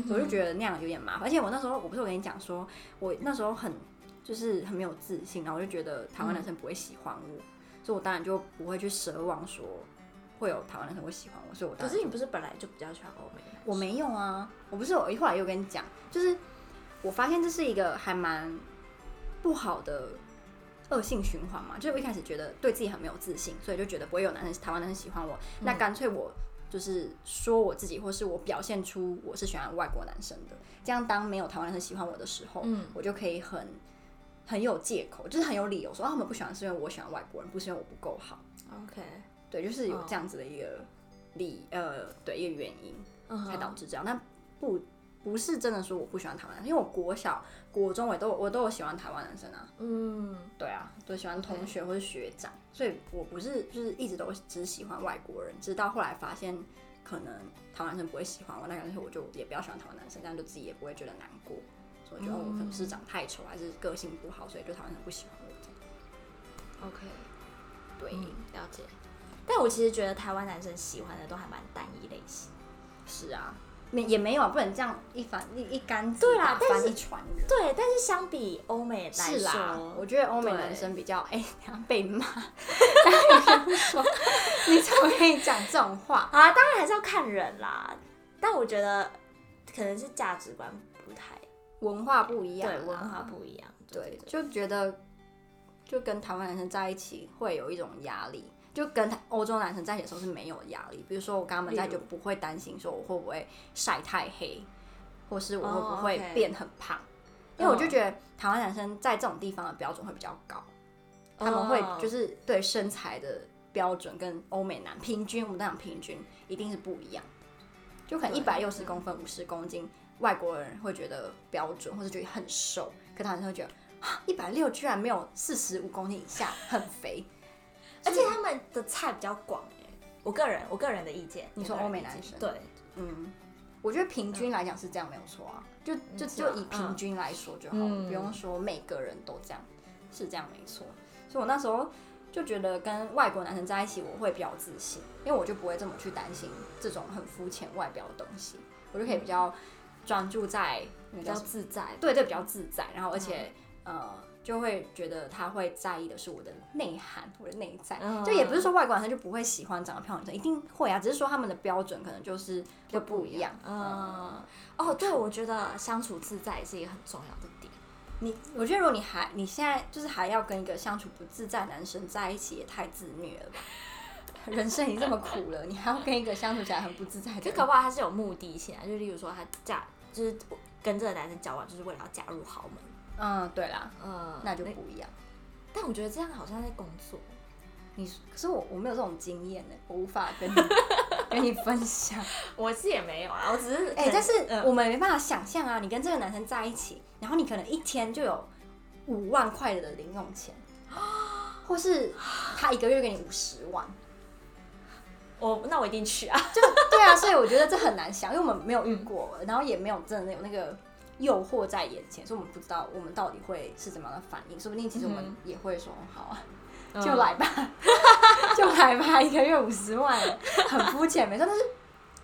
Speaker 1: 我就觉得那样有点麻烦。而且我那时候，我不是我跟你讲说，我那时候很就是很没有自信，然后我就觉得台湾男
Speaker 2: 嗯
Speaker 1: 生不会喜欢我，所以我当然就不会去奢望说会有台湾男生会喜欢我，所以我当
Speaker 2: 可
Speaker 1: 然
Speaker 2: 是你不是本来就比较喜欢欧美男生？
Speaker 1: 我没有啊，我不是我后来又跟你讲，就是我发现这是一个还蛮不好的恶性循环嘛，就是我一开始觉得对自己很没有自信，所以就觉得不会有男生台湾男生喜欢我，
Speaker 2: 嗯
Speaker 1: 那干脆我。就是说我自己，或是我表现出我是喜欢外国男生的，这样当没有台湾男生喜欢我的时候，
Speaker 2: 嗯
Speaker 1: 我就可以很很有借口，就是很有理由说、啊、他们不喜欢是因为我喜欢外国人，不是因为我不够好。
Speaker 2: OK，
Speaker 1: 对，就是有
Speaker 2: 哦
Speaker 1: 这样子的一个理、呃，对一个原因。
Speaker 2: 嗯哼
Speaker 1: 才导致这样。但不不是真的说我不喜欢台湾男生，因为我国小、国中我也都我都有喜欢台湾男生啊，
Speaker 2: 嗯，
Speaker 1: 对啊，都喜欢同学或是学长，所以我不是就是一直都只喜欢外国人，直到后来发现可能台湾男生不会喜欢我，那干脆我就也不要喜欢台湾男生，这样就自己也不会觉得难过，所以说，觉得、哦我可能是长太丑，还是个性不好，所以就讨厌人不喜欢我这样。
Speaker 2: OK，
Speaker 1: 对，
Speaker 2: 嗯了解。但我其实觉得台湾男生喜欢的都还蛮单一类型。
Speaker 1: 是啊，没也没有啊，不能这样一反一一竿子
Speaker 2: 对啦
Speaker 1: 打
Speaker 2: 但
Speaker 1: 翻
Speaker 2: 是
Speaker 1: 一船人。
Speaker 2: 对，但是相比欧美来说，
Speaker 1: 是啦，我觉得欧美
Speaker 2: 对
Speaker 1: 男生比较哎， 等下被 骂，但也说你怎么可以讲这种话？
Speaker 2: 啊，当然还是要看人啦。但我觉得可能是价值观不太
Speaker 1: 文化不一样啊，
Speaker 2: 对，文化不一样。
Speaker 1: 对
Speaker 2: 对，对
Speaker 1: 就觉得就跟台湾男生在一起会有一种压力，就跟台欧洲男生在一起的时候是没有压力。比如说我跟他们在一起
Speaker 2: 例
Speaker 1: 就不
Speaker 2: 如
Speaker 1: 会担心说我会不会晒太黑，或是我会
Speaker 2: 哦
Speaker 1: 不会
Speaker 2: ，OK
Speaker 1: 变很胖因为我就觉得台湾男生在这种地方的标准会比较高，嗯他们会
Speaker 2: 哦
Speaker 1: 就是对身材的标准跟欧美男平均，我们讲平均一定是不一样，就可能一
Speaker 2: 对
Speaker 1: 百六十公分、五十公斤，外国人会觉得标准，或者觉得很瘦，可台湾人会觉得啊，一百六居然没有四十五公斤以下，很肥。
Speaker 2: 而且他们的菜比较广、欸、我个人，我个人的意见，
Speaker 1: 你说
Speaker 2: 我个人
Speaker 1: 欧美
Speaker 2: 的意
Speaker 1: 男
Speaker 2: 见
Speaker 1: 生
Speaker 2: 对，
Speaker 1: 嗯，我觉得平均来讲是这样没有错啊，就就
Speaker 2: 这
Speaker 1: 就
Speaker 2: 样
Speaker 1: 以平均来说就好，
Speaker 2: 嗯
Speaker 1: 不用说每个人都这样，是这样没错。所以我那时候就觉得跟外国男生在一起，我会比较自信，因为我就不会这么去担心这种很肤浅外表的东西，我就可以比较专注在那
Speaker 2: 比
Speaker 1: 个
Speaker 2: 较
Speaker 1: 叫什么
Speaker 2: 自在。
Speaker 1: 对对比较自在，然后而且、呃就会觉得他会在意的是我的内涵，我的内在。
Speaker 2: 嗯
Speaker 1: 就也不是说外国男生就不会喜欢长得漂亮的女生，一定会啊，只是说他们的标准可能就是就不一样。嗯，
Speaker 2: 嗯，哦，对，我觉得相处自在也是一个很重要的点。
Speaker 1: 你我觉得如果你还你现在就是还要跟一个相处不自在的男生在一起，也太自虐了吧。人生已经这么苦了，你还要跟一个相处起来很不自在的
Speaker 2: 就
Speaker 1: 人，
Speaker 2: 搞不好他是有目的性啊，就例如说他嫁，就是跟这个男生交往，就是为了要嫁入豪门。
Speaker 1: 嗯，对啦，
Speaker 2: 嗯，
Speaker 1: 那就不一样。
Speaker 2: 但我觉得这样好像在工作。
Speaker 1: 你可是我我没有这种经验呢，我无法跟你跟你分享。
Speaker 2: 我是也没有啊，我只是
Speaker 1: 哎、但是
Speaker 2: 嗯
Speaker 1: 我们没办法想象啊，你跟这个男生在一起，然后你可能一天就有五万块的零用钱，或是他一个月给你五十万，
Speaker 2: 我那我一定去啊。
Speaker 1: 就对啊，所以我觉得这很难想，因为我们没有遇
Speaker 2: 嗯
Speaker 1: 过，然后也没有真的有那个诱惑在眼前，所以我们不知道我们到底会是怎么样的反应，说不定其实我
Speaker 2: 嗯
Speaker 1: 们
Speaker 2: 哼
Speaker 1: 也会说、哦好啊，
Speaker 2: 嗯
Speaker 1: 就来吧， 就来吧，一个月五十万，很肤浅没错，但是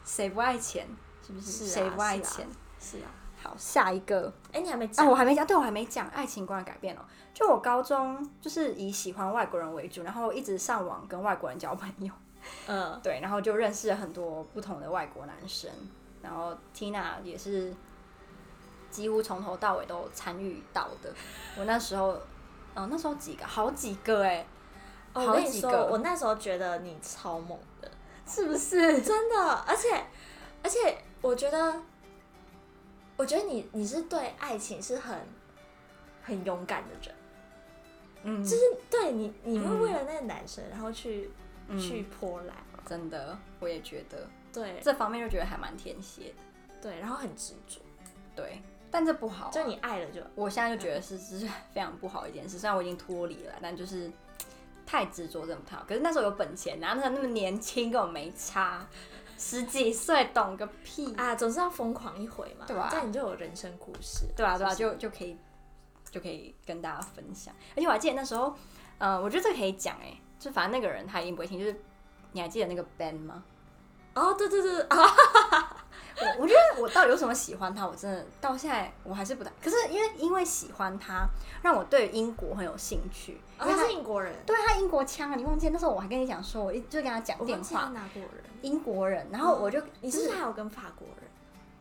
Speaker 1: 谁不爱钱？是不
Speaker 2: 是
Speaker 1: 是？
Speaker 2: 啊
Speaker 1: 谁、不爱
Speaker 2: 是啊
Speaker 1: 钱？
Speaker 2: 是啊，
Speaker 1: 好，下一个。
Speaker 2: 哎，你还没
Speaker 1: 啊，
Speaker 2: 讲
Speaker 1: 我还没讲，对我还没讲爱情观的改变哦。就我高中就是以喜欢外国人为主，然后一直上网跟外国人交朋友，
Speaker 2: 嗯，
Speaker 1: 对，然后就认识了很多不同的外国男生。然后 Tina 也是几乎从头到尾都参与到的。我那时候，哦，那时候几个，好几个哎、
Speaker 2: 哦我
Speaker 1: 好
Speaker 2: 跟你
Speaker 1: 几
Speaker 2: 说，
Speaker 1: 个
Speaker 2: 我那时候觉得你超猛的，
Speaker 1: 是不是？
Speaker 2: 真的，而且而且我觉得，我觉得你你是对爱情是很很勇敢的人，
Speaker 1: 嗯，
Speaker 2: 就是对你你会
Speaker 1: 嗯
Speaker 2: 为了那个男生，然后去、
Speaker 1: 嗯
Speaker 2: 去波兰，
Speaker 1: 真的，我也觉得
Speaker 2: 对
Speaker 1: 这方面就觉得还蛮天蝎的，
Speaker 2: 对，然后很执着，
Speaker 1: 对，但这不好啊、
Speaker 2: 就你爱了就
Speaker 1: 我现在就觉得是是非常不好的一件事，虽然我已经脱离了，但就是太执着真的不好。可是那时候有本钱、啊然后那时候那么年轻，根本没差，十几岁懂个屁，
Speaker 2: 啊，总是要疯狂一回嘛，
Speaker 1: 对啊
Speaker 2: 这样你就有人生故事，
Speaker 1: 对啊对啊，
Speaker 2: 是
Speaker 1: 就
Speaker 2: 不
Speaker 1: 就可以就可以跟大家分享。而且我还记得那时候，呃，我觉得这可以讲哎、就反正那个人他一定不会听，就是你还记得那个 Ben 吗？
Speaker 2: 是哦，对对对啊，
Speaker 1: 我我觉得我到底为什么喜欢他，我真的到现在我还是不大。可是因为因为喜欢他，让我对英国很有兴趣，因
Speaker 2: 哦
Speaker 1: 为
Speaker 2: 他
Speaker 1: 他
Speaker 2: 是英国人，
Speaker 1: 对他英国腔啊，你忘记那时候我还跟你讲说，我一就跟他讲
Speaker 2: 我
Speaker 1: 电
Speaker 2: 忘记他
Speaker 1: 话，
Speaker 2: 哪国人。
Speaker 1: 英国人，然后我就、
Speaker 2: 你是不是还有跟法国人？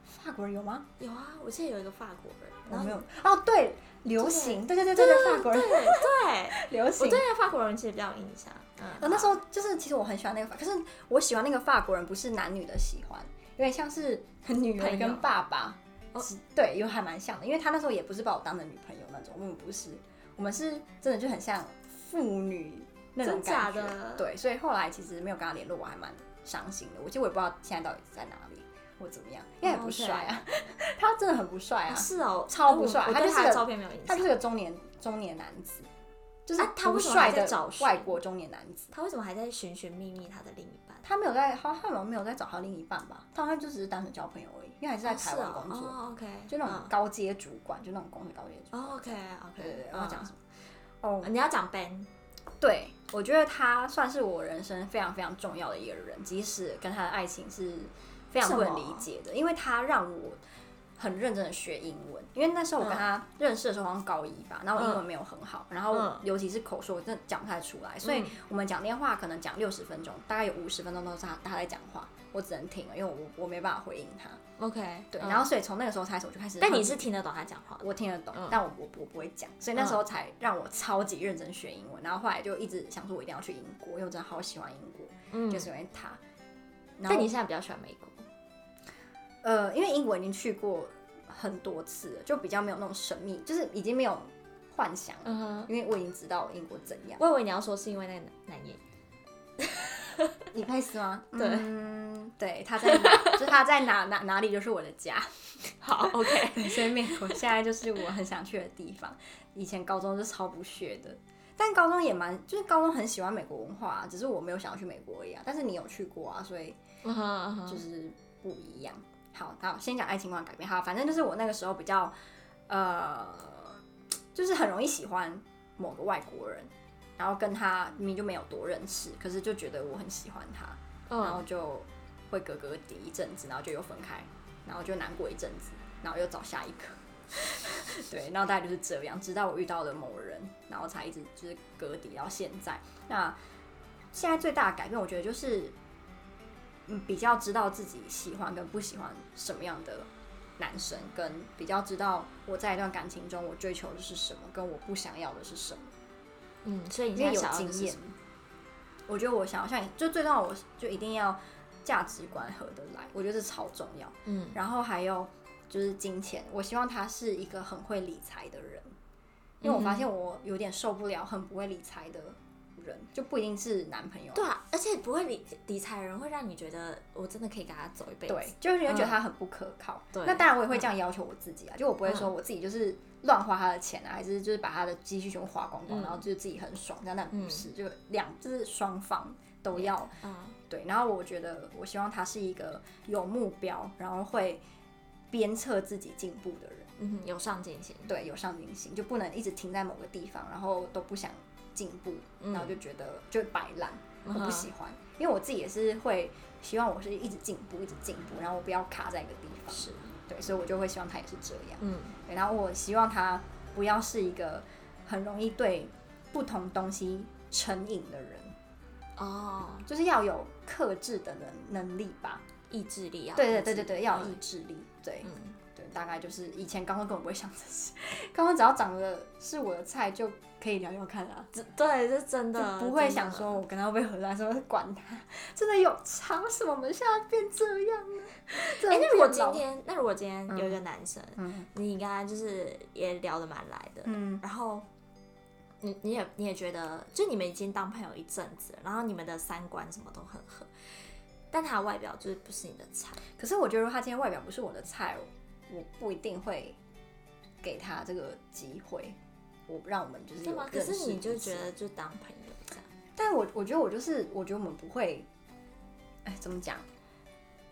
Speaker 1: 法国人有吗？
Speaker 2: 有啊，我记得有一个法国人，
Speaker 1: 我
Speaker 2: 然后
Speaker 1: 没有哦，对，流行，对对对
Speaker 2: 对
Speaker 1: 对
Speaker 2: 对
Speaker 1: 对，法国人
Speaker 2: 对对，
Speaker 1: 流
Speaker 2: 我
Speaker 1: 行。
Speaker 2: 对那法国人其实比较有印象。
Speaker 1: 然后
Speaker 2: 嗯，
Speaker 1: 呃那时候就是其实我很喜欢那个法，可是我喜欢那个法国人不是男女的喜欢，有点像是女
Speaker 2: 朋友
Speaker 1: 儿跟爸爸，
Speaker 2: 哦
Speaker 1: 是对，有还蛮像的，因为他那时候也不是把我当成女朋友那种，我们不是，我们是真的就很像父女那种
Speaker 2: 真假
Speaker 1: 感觉，
Speaker 2: 的？，
Speaker 1: 对，所以后来其实没有跟他联络，我还蛮伤心的。我其实我也不知道现在到底在哪里或怎么样，因为很不帅啊 他真的很不帅啊，
Speaker 2: 哦是哦，
Speaker 1: 超不帅
Speaker 2: 我我
Speaker 1: 他
Speaker 2: 对
Speaker 1: 就是
Speaker 2: 他的
Speaker 1: 个
Speaker 2: 照片没有印
Speaker 1: 他
Speaker 2: 象
Speaker 1: 就。是个中年中年男子，就是
Speaker 2: 啊他为
Speaker 1: 不
Speaker 2: 什么
Speaker 1: 帅
Speaker 2: 还在
Speaker 1: 的
Speaker 2: 找寻
Speaker 1: 外国中年男子。
Speaker 2: 他为什么还在寻寻觅觅他的另一半？
Speaker 1: 他没有在，他他好像没有在找他另一半吧？他好像就只是单纯交朋友而已，因为还是在
Speaker 2: 哦
Speaker 1: 台湾工作，
Speaker 2: 哦，OK，
Speaker 1: 就那种高阶主管，就那种公司高阶主管。
Speaker 2: 哦，OK，OK，嗯
Speaker 1: 对对对，我要讲什
Speaker 2: 么？
Speaker 1: 么？哦，
Speaker 2: 你要讲 Ben，
Speaker 1: 对，我觉得他算是我人生非常非常重要的一个人，即使跟他的爱情是非常不能
Speaker 2: 为什
Speaker 1: 理
Speaker 2: 么
Speaker 1: 解的，因为他让我很认真的学英文。因为那时候我跟他认识的时候好像高一吧，然后我英文没有很好，然后
Speaker 2: 嗯嗯
Speaker 1: 尤其是口说，我真的讲不太出来，所以
Speaker 2: 嗯
Speaker 1: 我们讲电话可能讲六十分钟，大概有五十分钟都是他他在讲话，我只能听了，因为我我没办法回应他。
Speaker 2: OK，
Speaker 1: 对，
Speaker 2: 嗯
Speaker 1: 然后所以从那个时候开始我就开始很，
Speaker 2: 但你是听得懂他讲话的，
Speaker 1: 我听得懂，
Speaker 2: 嗯
Speaker 1: 但我我我不会讲，所以那时候才让我超级认真学英文。然后后来就一直想说，我一定要去英国，因为我真的好喜欢英国，
Speaker 2: 嗯
Speaker 1: 就是因为他。然
Speaker 2: 但
Speaker 1: 后
Speaker 2: 你现在比较喜欢美国，
Speaker 1: 呃，因为英国已经去过很多次了，就比较没有那种神秘，就是已经没有幻想了，
Speaker 2: 嗯哼，
Speaker 1: 因为我已经知道英国怎样。
Speaker 2: 我以为你要说是因为那个男男演员，
Speaker 1: 你佩斯吗？
Speaker 2: 对
Speaker 1: 嗯，对，他在哪， 就是他在哪哪哪里就是我的家。
Speaker 2: 好 ，OK，
Speaker 1: 对，所以美国现在就是我很想去的地方。以前高中是超不屑的，但高中也蛮，就是高中很喜欢美国文化、啊只是我没有想要去美国而已啊。但是你有去过啊，所以
Speaker 2: 嗯哼嗯哼
Speaker 1: 就是不一样。好，好，先讲爱情观改变。好，反正就是我那个时候比较，呃，就是很容易喜欢某个外国人，然后跟他明明就没有多认识，可是就觉得我很喜欢他，然后
Speaker 2: 嗯，
Speaker 1: 就会隔隔底一阵子，然后就又分开，然后就难过一阵子，然后又找下一个。 对，然后大概就是这样，直到我遇到了某人，然后才一直就是隔底到现在。那现在最大的改变，我觉得就是，嗯，比较知道自己喜欢跟不喜欢什么样的男生，跟比较知道我在一段感情中我追求的是什么，跟我不想要的是什么。
Speaker 2: 嗯，所以你
Speaker 1: 因
Speaker 2: 现
Speaker 1: 为有
Speaker 2: 在想要
Speaker 1: 经
Speaker 2: 的是
Speaker 1: 验
Speaker 2: 什么，
Speaker 1: 我觉得我想要像你，就最重要，我就一定要价值观合得来，我觉得这超重要。
Speaker 2: 嗯
Speaker 1: 然后还有就是金钱，我希望他是一个很会理财的人，因为我发
Speaker 2: 嗯
Speaker 1: 现我有点受不了很不会理财的人，就不一定是男朋友，
Speaker 2: 对啊，而且不会理理财的人会让你觉得我真的可以跟他走一辈子。嗯
Speaker 1: 对，就是你会觉得他很不可靠。
Speaker 2: 对嗯
Speaker 1: 那当然我也会这样要求我自己啊，就我不会说我自己就是乱花他的钱啊，还是就是把他的积蓄全部花光光，
Speaker 2: 嗯
Speaker 1: 然后就是自己很爽，这样那不是，就两就是双方都要。
Speaker 2: 嗯
Speaker 1: 对，然后我觉得我希望他是一个有目标，然后会鞭策自己进步的人，
Speaker 2: 嗯哼，有上进心，
Speaker 1: 对，有上进心，就不能一直停在某个地方，然后都不想进步，
Speaker 2: 嗯
Speaker 1: 然后就觉得就摆烂，我
Speaker 2: 嗯
Speaker 1: 不
Speaker 2: 哼
Speaker 1: 喜欢，因为我自己也是会希望我是一直进步，一直进步，然后我不要卡在一个地方，
Speaker 2: 是，
Speaker 1: 对，所以我就会希望他也是这样。
Speaker 2: 嗯
Speaker 1: 对然后我希望他不要是一个很容易对不同东西成瘾的人，
Speaker 2: 哦，
Speaker 1: 就是要有克制的能能力吧。
Speaker 2: 意志力啊，
Speaker 1: 对对
Speaker 2: 意志
Speaker 1: 对对
Speaker 2: 力
Speaker 1: 对，要有意志力。对
Speaker 2: 嗯
Speaker 1: 对，大概就是以前高中根本不会想这些，高中只要长得是我的菜就可以聊聊看啊，
Speaker 2: 这对，这真
Speaker 1: 就
Speaker 2: 的
Speaker 1: 不会
Speaker 2: 啊真的
Speaker 1: 想说我跟他会不会合来什么，管他，真的有差什么？我们现在变这样了。真
Speaker 2: 哎、
Speaker 1: 的
Speaker 2: 那如果
Speaker 1: 变
Speaker 2: 今
Speaker 1: 老，
Speaker 2: 天，那如果今天有一个男生，
Speaker 1: 嗯
Speaker 2: 你跟他就是也聊得蛮来的，
Speaker 1: 嗯，
Speaker 2: 然后你你也你也觉得，就你们已经当朋友一阵子了，然后你们的三观什么都很合，但他的外表就是不是你的菜，
Speaker 1: 可是我觉得如果他今天外表不是我的菜，我不一定会给他这个机会。我让我们就是
Speaker 2: 对
Speaker 1: 有
Speaker 2: 吗？可
Speaker 1: 认识
Speaker 2: 是你就
Speaker 1: 彼此
Speaker 2: 觉得就当朋友这样，
Speaker 1: 但我我觉得我就是，我觉得我们不会，哎，怎么讲？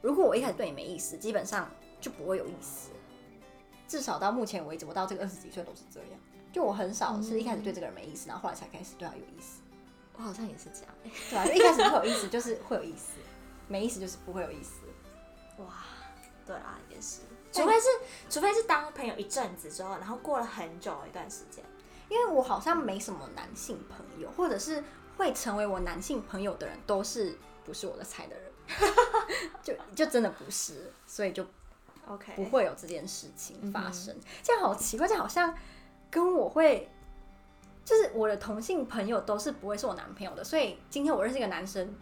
Speaker 1: 如果我一开始对你没意思，基本上就不会有意思。至少到目前为止，我到这个二十几岁都是这样。就我很少是一开始对这个人没意思，然后后来才开始对他有意思。
Speaker 2: 我好像也是这样、哎
Speaker 1: 对啊，就一开始会有意思，就是会有意思；没意思就是不会有意思。
Speaker 2: 哇，对啊，也是，
Speaker 1: 但
Speaker 2: 除非是除非是当朋友一阵子之后，然后过了很久一段时间，
Speaker 1: 因为我好像没什么男性朋友，或者是会成为我男性朋友的人，都是不是我的菜的人， 就就真的不是，所以就
Speaker 2: OK，
Speaker 1: 不会有这件事情发生。这样好奇怪，这样好像跟我会，就是我的同性朋友都是不会是我男朋友的，所以今天我认识一个男生，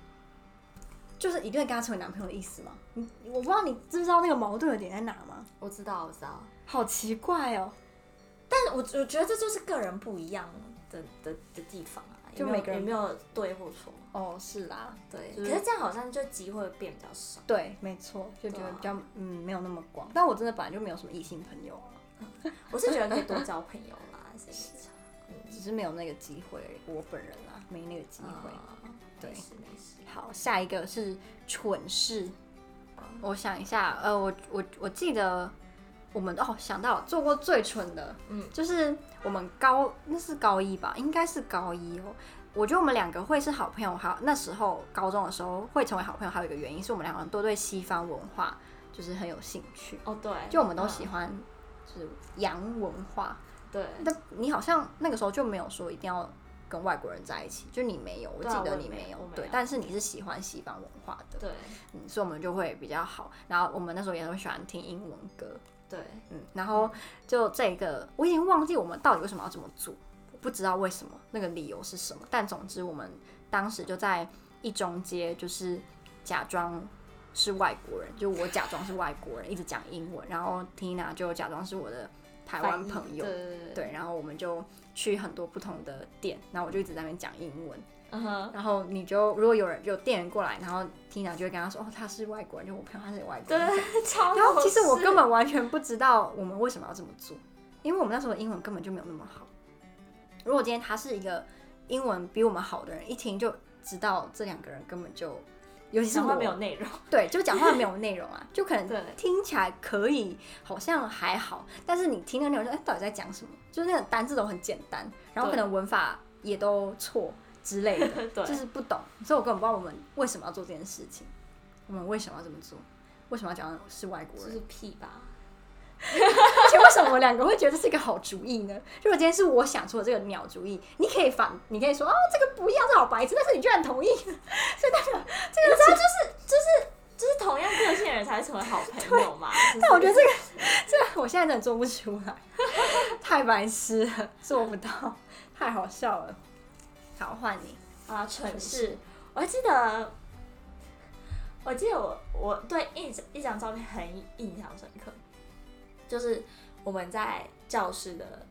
Speaker 1: 就是一定会跟他成为男朋友的意思吗？你我不知道你知不知道那个矛盾的点在哪吗？
Speaker 2: 我知道，我知道。
Speaker 1: 好奇怪哦，
Speaker 2: 但我我觉得这就是个人不一样的的的地方啊，
Speaker 1: 就
Speaker 2: 也没有
Speaker 1: 每个人
Speaker 2: 也没有对或错，
Speaker 1: 哦是啦，
Speaker 2: 对。
Speaker 1: 就是
Speaker 2: 可是这样好像就机会变比较少。
Speaker 1: 对，没错，就觉得比较、嗯没有那么广，但我真的本来就没有什么异性朋友啊、
Speaker 2: 我是觉得可以多交朋友啦，是
Speaker 1: 只是没有那个机会而已，我本人啊没那个机会。
Speaker 2: 嗯
Speaker 1: 对
Speaker 2: 没事没事。
Speaker 1: 好，下一个是蠢事，我想一下，呃，我我我记得我们哦想到做过最蠢的，
Speaker 2: 嗯，
Speaker 1: 就是我们高那是高一吧，应该是高一哦。我觉得我们两个会是好朋友，还有那时候高中的时候会成为好朋友，还有一个原因是我们两个人都对西方文化就是很有兴趣，
Speaker 2: 哦，对，
Speaker 1: 就我们都喜
Speaker 2: 欢。
Speaker 1: 欢就是洋文化，
Speaker 2: 对，
Speaker 1: 但你好像那个时候就没有说一定要跟外国人在一起，就你没有，我
Speaker 2: 对啊
Speaker 1: 记得
Speaker 2: 我也
Speaker 1: 你
Speaker 2: 没有
Speaker 1: 没有
Speaker 2: 我，没
Speaker 1: 对
Speaker 2: 有，
Speaker 1: 但是你是喜欢西方文化的，
Speaker 2: 对，
Speaker 1: 嗯，所以我们就会比较好。然后我们那时候也都喜欢听英文歌，
Speaker 2: 对，
Speaker 1: 嗯，然后就这个我已经忘记我们到底为什么要这么做，我不知道为什么那个理由是什么，但总之我们当时就在一中街，就是假装。是外国人，就我假装是外国人，一直讲英文，然后 Tina 就假装是我的台湾
Speaker 2: 翻译
Speaker 1: 朋友，
Speaker 2: 对对对，
Speaker 1: 对，然后我们就去很多不同的店，然后我就一直在那边讲英文，
Speaker 2: 嗯哼，
Speaker 1: 然后你就如果有人有店员过来，然后 Tina 就会跟他说，哦，他是外国人，就我朋友他是外国人。
Speaker 2: 对， 超
Speaker 1: 嗯然后其实我
Speaker 2: 本。
Speaker 1: 根本完全不知道我们为什么要这么做，因为我们那时候的英文根本就没有那么好。如果今天他是一个英文比我们好的人，一听就知道这两个人根本就，尤其是
Speaker 2: 讲话
Speaker 1: 我
Speaker 2: 没有内容，
Speaker 1: 对，就讲话没有内容啊，就可能
Speaker 2: 对
Speaker 1: 听起来可以，好像还好，但是你听那个内容说，哎、到底在讲什么？就是那个单字都很简单，然后可
Speaker 2: 对
Speaker 1: 能文法也都错之类的，
Speaker 2: 对，
Speaker 1: 就是不懂，所以我根本不知道我们为什么要做这件事情，我们为什么要这么做，为什么要讲是外国
Speaker 2: 就
Speaker 1: 人？
Speaker 2: 是屁吧，
Speaker 1: 而且为什么我们两个会觉得这是一个好主意呢？如果今天是我想出的这个鸟主意，你可以反，你可以说哦，这个不要，这好白痴，但是你居然同意，
Speaker 2: 就是同样个性的人才会成为好朋友嘛。
Speaker 1: 但我觉得这个这个我现在真的做不出来， 太白痴了，做不到，太好笑了。好，换你。
Speaker 2: 得啊，蠢
Speaker 1: 蠢
Speaker 2: 事，我还记得，我记得我我对一张一张照片很印象深刻，就是我们在教室的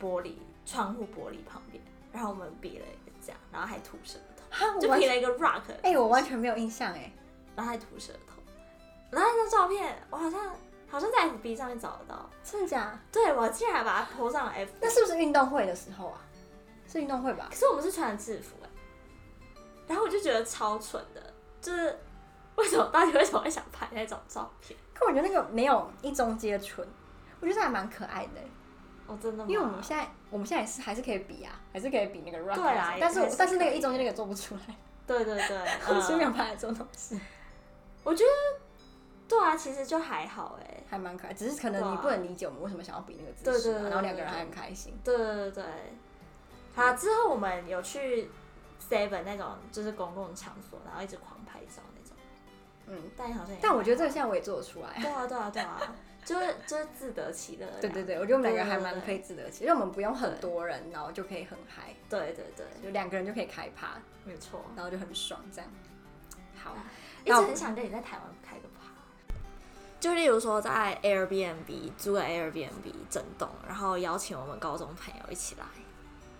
Speaker 2: 玻璃窗户玻璃旁边，然后我们比了一个这样，然后还吐舌头，
Speaker 1: 哈，我
Speaker 2: 就
Speaker 1: 完
Speaker 2: 比
Speaker 1: 全
Speaker 2: 了一个 rock，
Speaker 1: 哎、我完全没有印象哎、
Speaker 2: 然后还吐舌头，然后那张照片我好像好像在 FB 上面找得到。
Speaker 1: 真的假？
Speaker 2: 对，我竟然还把它 PO 上了 F。
Speaker 1: 那是不是运动会的时候啊？是运动会吧
Speaker 2: 可？是我们是穿的制服哎、然后我就觉得超蠢的，就是为什么到底为什么会想拍那种照片？
Speaker 1: 可我觉得那个没有一中皆蠢，我觉得还蛮可爱的欸、
Speaker 2: 哦，真的吗？
Speaker 1: 因为我们现在我们现在也是还是可以比啊，还是可以比那个 rap，
Speaker 2: 对啦
Speaker 1: 啊但是我
Speaker 2: 还是可以
Speaker 1: 但是那个一中间那个做不出来，
Speaker 2: 对 对对，
Speaker 1: 我是没有
Speaker 2: 嗯、
Speaker 1: 办法做东西，
Speaker 2: 我觉得对啊，其实就还好哎、
Speaker 1: 还蛮可爱。只是可能你不能理解我们为什么想要比那个姿势、
Speaker 2: 对
Speaker 1: 啊，
Speaker 2: 对对
Speaker 1: 然后两个人还很开心。
Speaker 2: 对对对对，好啦，之后我们有去 Seven 那种就是公共场所，然后一直狂拍照那种，
Speaker 1: 嗯，
Speaker 2: 但好像也
Speaker 1: 但我觉得这
Speaker 2: 还
Speaker 1: 个现在我也做得出来。
Speaker 2: 好对啊对啊对啊，就是就是自得其乐啦，
Speaker 1: 对啊对对，我觉得我们两个还蛮
Speaker 2: 对对对
Speaker 1: 可以自得其乐，因为我们不用很多人，然后就可以很嗨，
Speaker 2: 对对对，
Speaker 1: 就两个人就可以开趴，
Speaker 2: 没错，
Speaker 1: 然后就很爽这样。好，
Speaker 2: 一直
Speaker 1: 那我
Speaker 2: 很想跟你在台湾开个趴。就例如说，在 Airbnb 租了 Airbnb 整栋，然后邀请我们高中朋友一起来。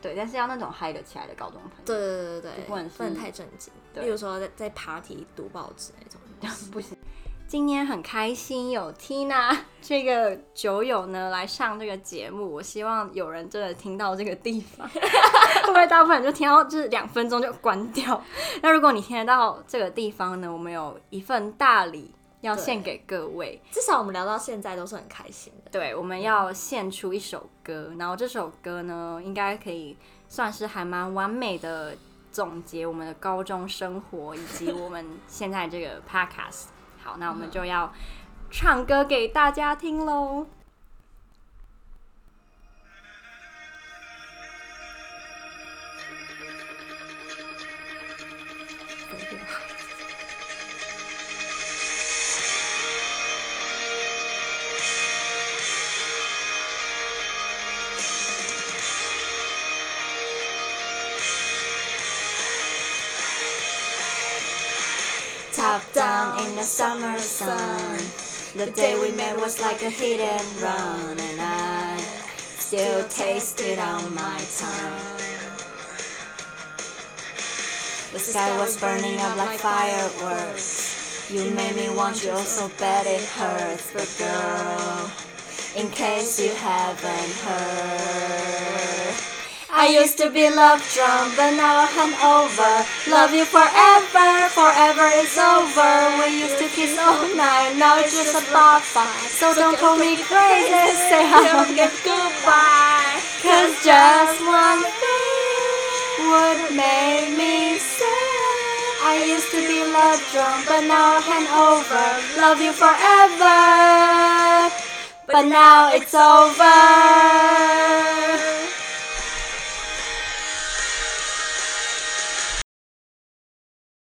Speaker 1: 对，但是要那种嗨得起来的高中朋友，
Speaker 2: 对对对对对，
Speaker 1: 不能是
Speaker 2: 不能太正经。
Speaker 1: 对
Speaker 2: 例如说在，在 party 读报纸那种。
Speaker 1: 不行。 今天很开心有 Tina 这个酒友呢来上这个节目，我希望有人真的听到这个地方， 会不会大部分人就听到就是两分钟就关掉？ 那如果你听得到这个地方呢，我们有一份大礼要
Speaker 2: 对
Speaker 1: 献给各位，
Speaker 2: 至少我们聊到现在都是很开心的。
Speaker 1: 对，我们要献出一首歌，然后这首歌呢，应该可以算是还蛮完美的总结我们的高中生活，以及我们现在这个 podcast。好，那我们就要唱歌给大家听喽。
Speaker 3: Top down in the summer sun. The day we met was like a hit and run, and I still taste it on my tongue. The sky was burning up like fireworks. You made me want you oh so bad it hurts, but girl, in case you haven't heard.
Speaker 1: I used to be love drunk, but now I'm over. Love you forever, forever is over. We used to kiss all night, now it's just a buffer. So don't call me crazy, say I won't get goodbye. Cause just one thing would make me sad. I used to be love drunk, but now I'm over. Love you forever, but now it's over.